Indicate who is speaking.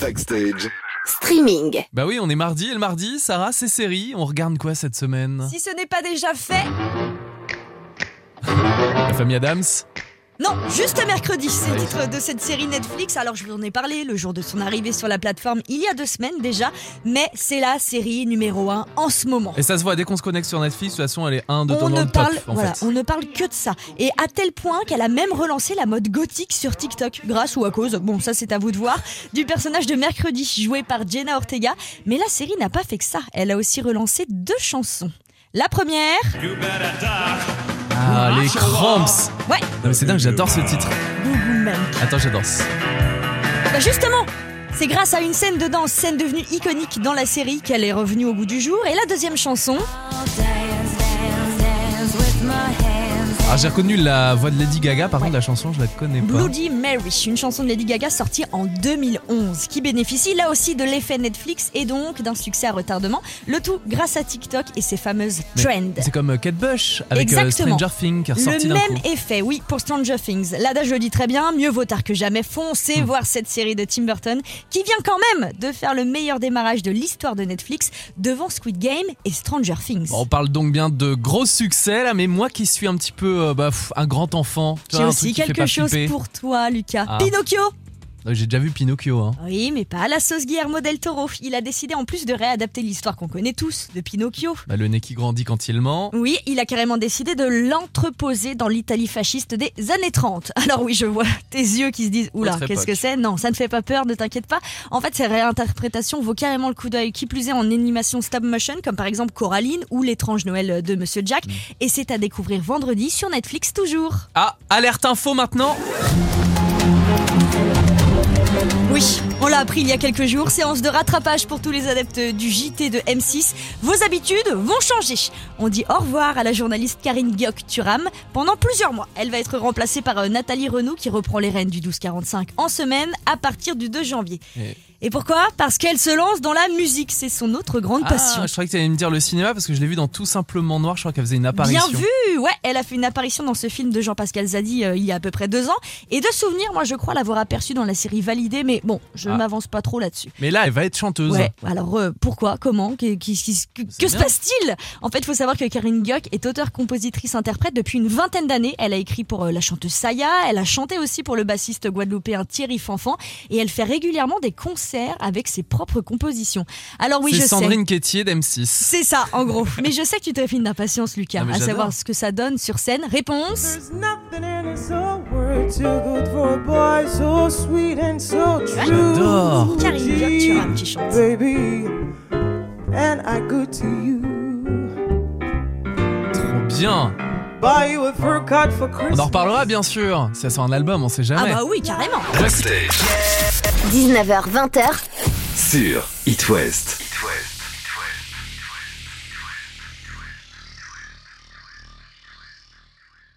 Speaker 1: Backstage.
Speaker 2: Streaming,
Speaker 3: Bah oui, on est mardi et le mardi, Sarah, c'est série. On regarde quoi cette semaine
Speaker 4: Si ce n'est pas déjà fait,
Speaker 3: La famille Adams
Speaker 4: non, juste mercredi, c'est le titre de cette série Netflix. Alors je vous en ai parlé le jour de son arrivée sur la plateforme il y a deux semaines déjà, mais c'est la série numéro un en ce moment.
Speaker 3: Et ça se voit, dès qu'on se connecte sur Netflix, de toute façon, elle est un de
Speaker 4: On
Speaker 3: temps dans
Speaker 4: ne,
Speaker 3: le
Speaker 4: parle,
Speaker 3: top, en
Speaker 4: voilà,
Speaker 3: fait.
Speaker 4: on ne parle que de ça. Et à tel point qu'elle a même relancé la mode gothique sur TikTok, grâce ou à cause, bon ça c'est à vous de voir, du personnage de mercredi joué par Jenna Ortega. Mais la série n'a pas fait que ça, elle a aussi relancé deux chansons. La première,
Speaker 3: Ah, les cramps
Speaker 4: ouais,
Speaker 3: Non mais c'est dingue, j'adore ce titre.
Speaker 4: Boubou Man.
Speaker 3: Attends, j'adore. ce-
Speaker 4: Bah justement c'est grâce à une scène de danse, scène devenue iconique dans la série, qu'elle est revenue au goût du jour. Et la deuxième chanson,
Speaker 3: Ah, j'ai reconnu la voix de Lady Gaga, par contre, la chanson, je la connais pas.
Speaker 4: Bloody Mary, une chanson de Lady Gaga sortie en 2011, qui bénéficie là aussi de l'effet Netflix et donc d'un succès à retardement. Le tout grâce à TikTok et ses fameuses
Speaker 3: Mais
Speaker 4: trends.
Speaker 3: C'est comme euh, Kate Bush avec euh,
Speaker 4: Exactement.
Speaker 3: Stranger Things qui est ressorti
Speaker 4: Le
Speaker 3: d'un
Speaker 4: même
Speaker 3: coup.
Speaker 4: effet, oui, pour Stranger Things. L'adage je le dis très bien, mieux vaut tard que jamais. Foncez
Speaker 3: Hmm.
Speaker 4: voir cette série de Tim Burton qui vient quand même de faire le meilleur démarrage de l'histoire de Netflix devant Squid Game et Stranger Things.
Speaker 3: Bon, on parle donc bien de gros succès là, mais moi qui suis un petit peu euh, bah, pff, un grand enfant, tu
Speaker 4: J'ai
Speaker 3: vois, un
Speaker 4: aussi
Speaker 3: truc qui fait
Speaker 4: quelque
Speaker 3: pas
Speaker 4: chose
Speaker 3: flipper.
Speaker 4: pour toi, Lucas.
Speaker 3: Ah.
Speaker 4: Pinocchio
Speaker 3: Euh, J'ai déjà vu Pinocchio. Hein.
Speaker 4: Oui, mais pas à la sauce Guillermo del Toro. Il a décidé en plus de réadapter l'histoire qu'on connaît tous, de Pinocchio.
Speaker 3: Bah, le nez qui grandit quand il ment.
Speaker 4: Oui, il a carrément décidé de l'entreposer dans l'Italie fasciste des années 30. Alors oui, je vois tes yeux qui se disent « Oula,
Speaker 3: Autre
Speaker 4: qu'est-ce
Speaker 3: époque.
Speaker 4: que c'est ?» Non, ça ne fait pas peur, ne t'inquiète pas. En fait, ces réinterprétations vaut carrément le coup d'œil. Qui plus est en animation stop motion, comme par exemple Coraline ou L'étrange Noël de Monsieur
Speaker 3: Mm.
Speaker 4: Jack. Et c'est à découvrir vendredi sur Netflix toujours.
Speaker 3: Ah, alerte info maintenant
Speaker 4: Oui, on l'a appris il y a quelques jours, séance de rattrapage pour tous les adeptes du JT de M6. Vos habitudes vont changer. On dit au revoir à la journaliste Karine Guioc-Turam pendant plusieurs mois. Elle va être remplacée par euh, Nathalie Renaud qui reprend les rênes du 1245 en semaine à partir du 2 janvier.
Speaker 3: Et-
Speaker 4: Et pourquoi Parce qu'elle se lance dans la musique, c'est son autre grande passion.
Speaker 3: Ah, je croyais que tu allais me dire le cinéma parce que je l'ai vu dans Tout simplement noir. Je crois qu'elle faisait une
Speaker 4: Bien
Speaker 3: apparition.
Speaker 4: vu Ouais, elle a fait une apparition dans ce film de Jean-Pascal Zadi euh, il y a à peu près deux ans. Et de souvenir, moi je crois l'avoir aperçue dans la série Validée, mais bon, je
Speaker 3: Ah.
Speaker 4: m'avance pas trop là-dessus.
Speaker 3: Mais là, elle va être chanteuse.
Speaker 4: Ouais, alors euh, pourquoi Comment Qu'est- qu'est- qu'est- Que,
Speaker 3: C'est
Speaker 4: se
Speaker 3: bien.
Speaker 4: passe-t-il En fait, il faut savoir que Karine Gioc est auteure, compositrice, interprète depuis une vingtaine d'années. Elle a écrit pour euh, la chanteuse Saya, elle a chanté aussi pour le bassiste guadeloupéen Thierry Fanfan et elle fait régulièrement des concerts avec ses propres compositions. Alors oui,
Speaker 3: c'est
Speaker 4: je sais.
Speaker 3: Sandrine Quétier d'M6.
Speaker 4: C'est ça, en gros. Mais je sais que tu te fais d'impatience, Lucas,
Speaker 3: Ah, mais
Speaker 4: à
Speaker 3: j'adore.
Speaker 4: savoir ce que ça donne sur scène. Réponse
Speaker 5: There's nothing in this whole world too good for a boy so sweet and so true.
Speaker 3: J'adore.
Speaker 4: Karine Gioc, tu rames, tu chantes.
Speaker 5: Baby, and I go to you.
Speaker 3: Trop bien.
Speaker 5: Buy you a fur coat for
Speaker 3: On
Speaker 5: Christmas.
Speaker 3: en reparlera bien sûr. Si elle sort un album, on sait
Speaker 4: Ah
Speaker 3: jamais.
Speaker 4: bah oui, carrément
Speaker 2: 19h-20h,
Speaker 1: Sur It West. It West.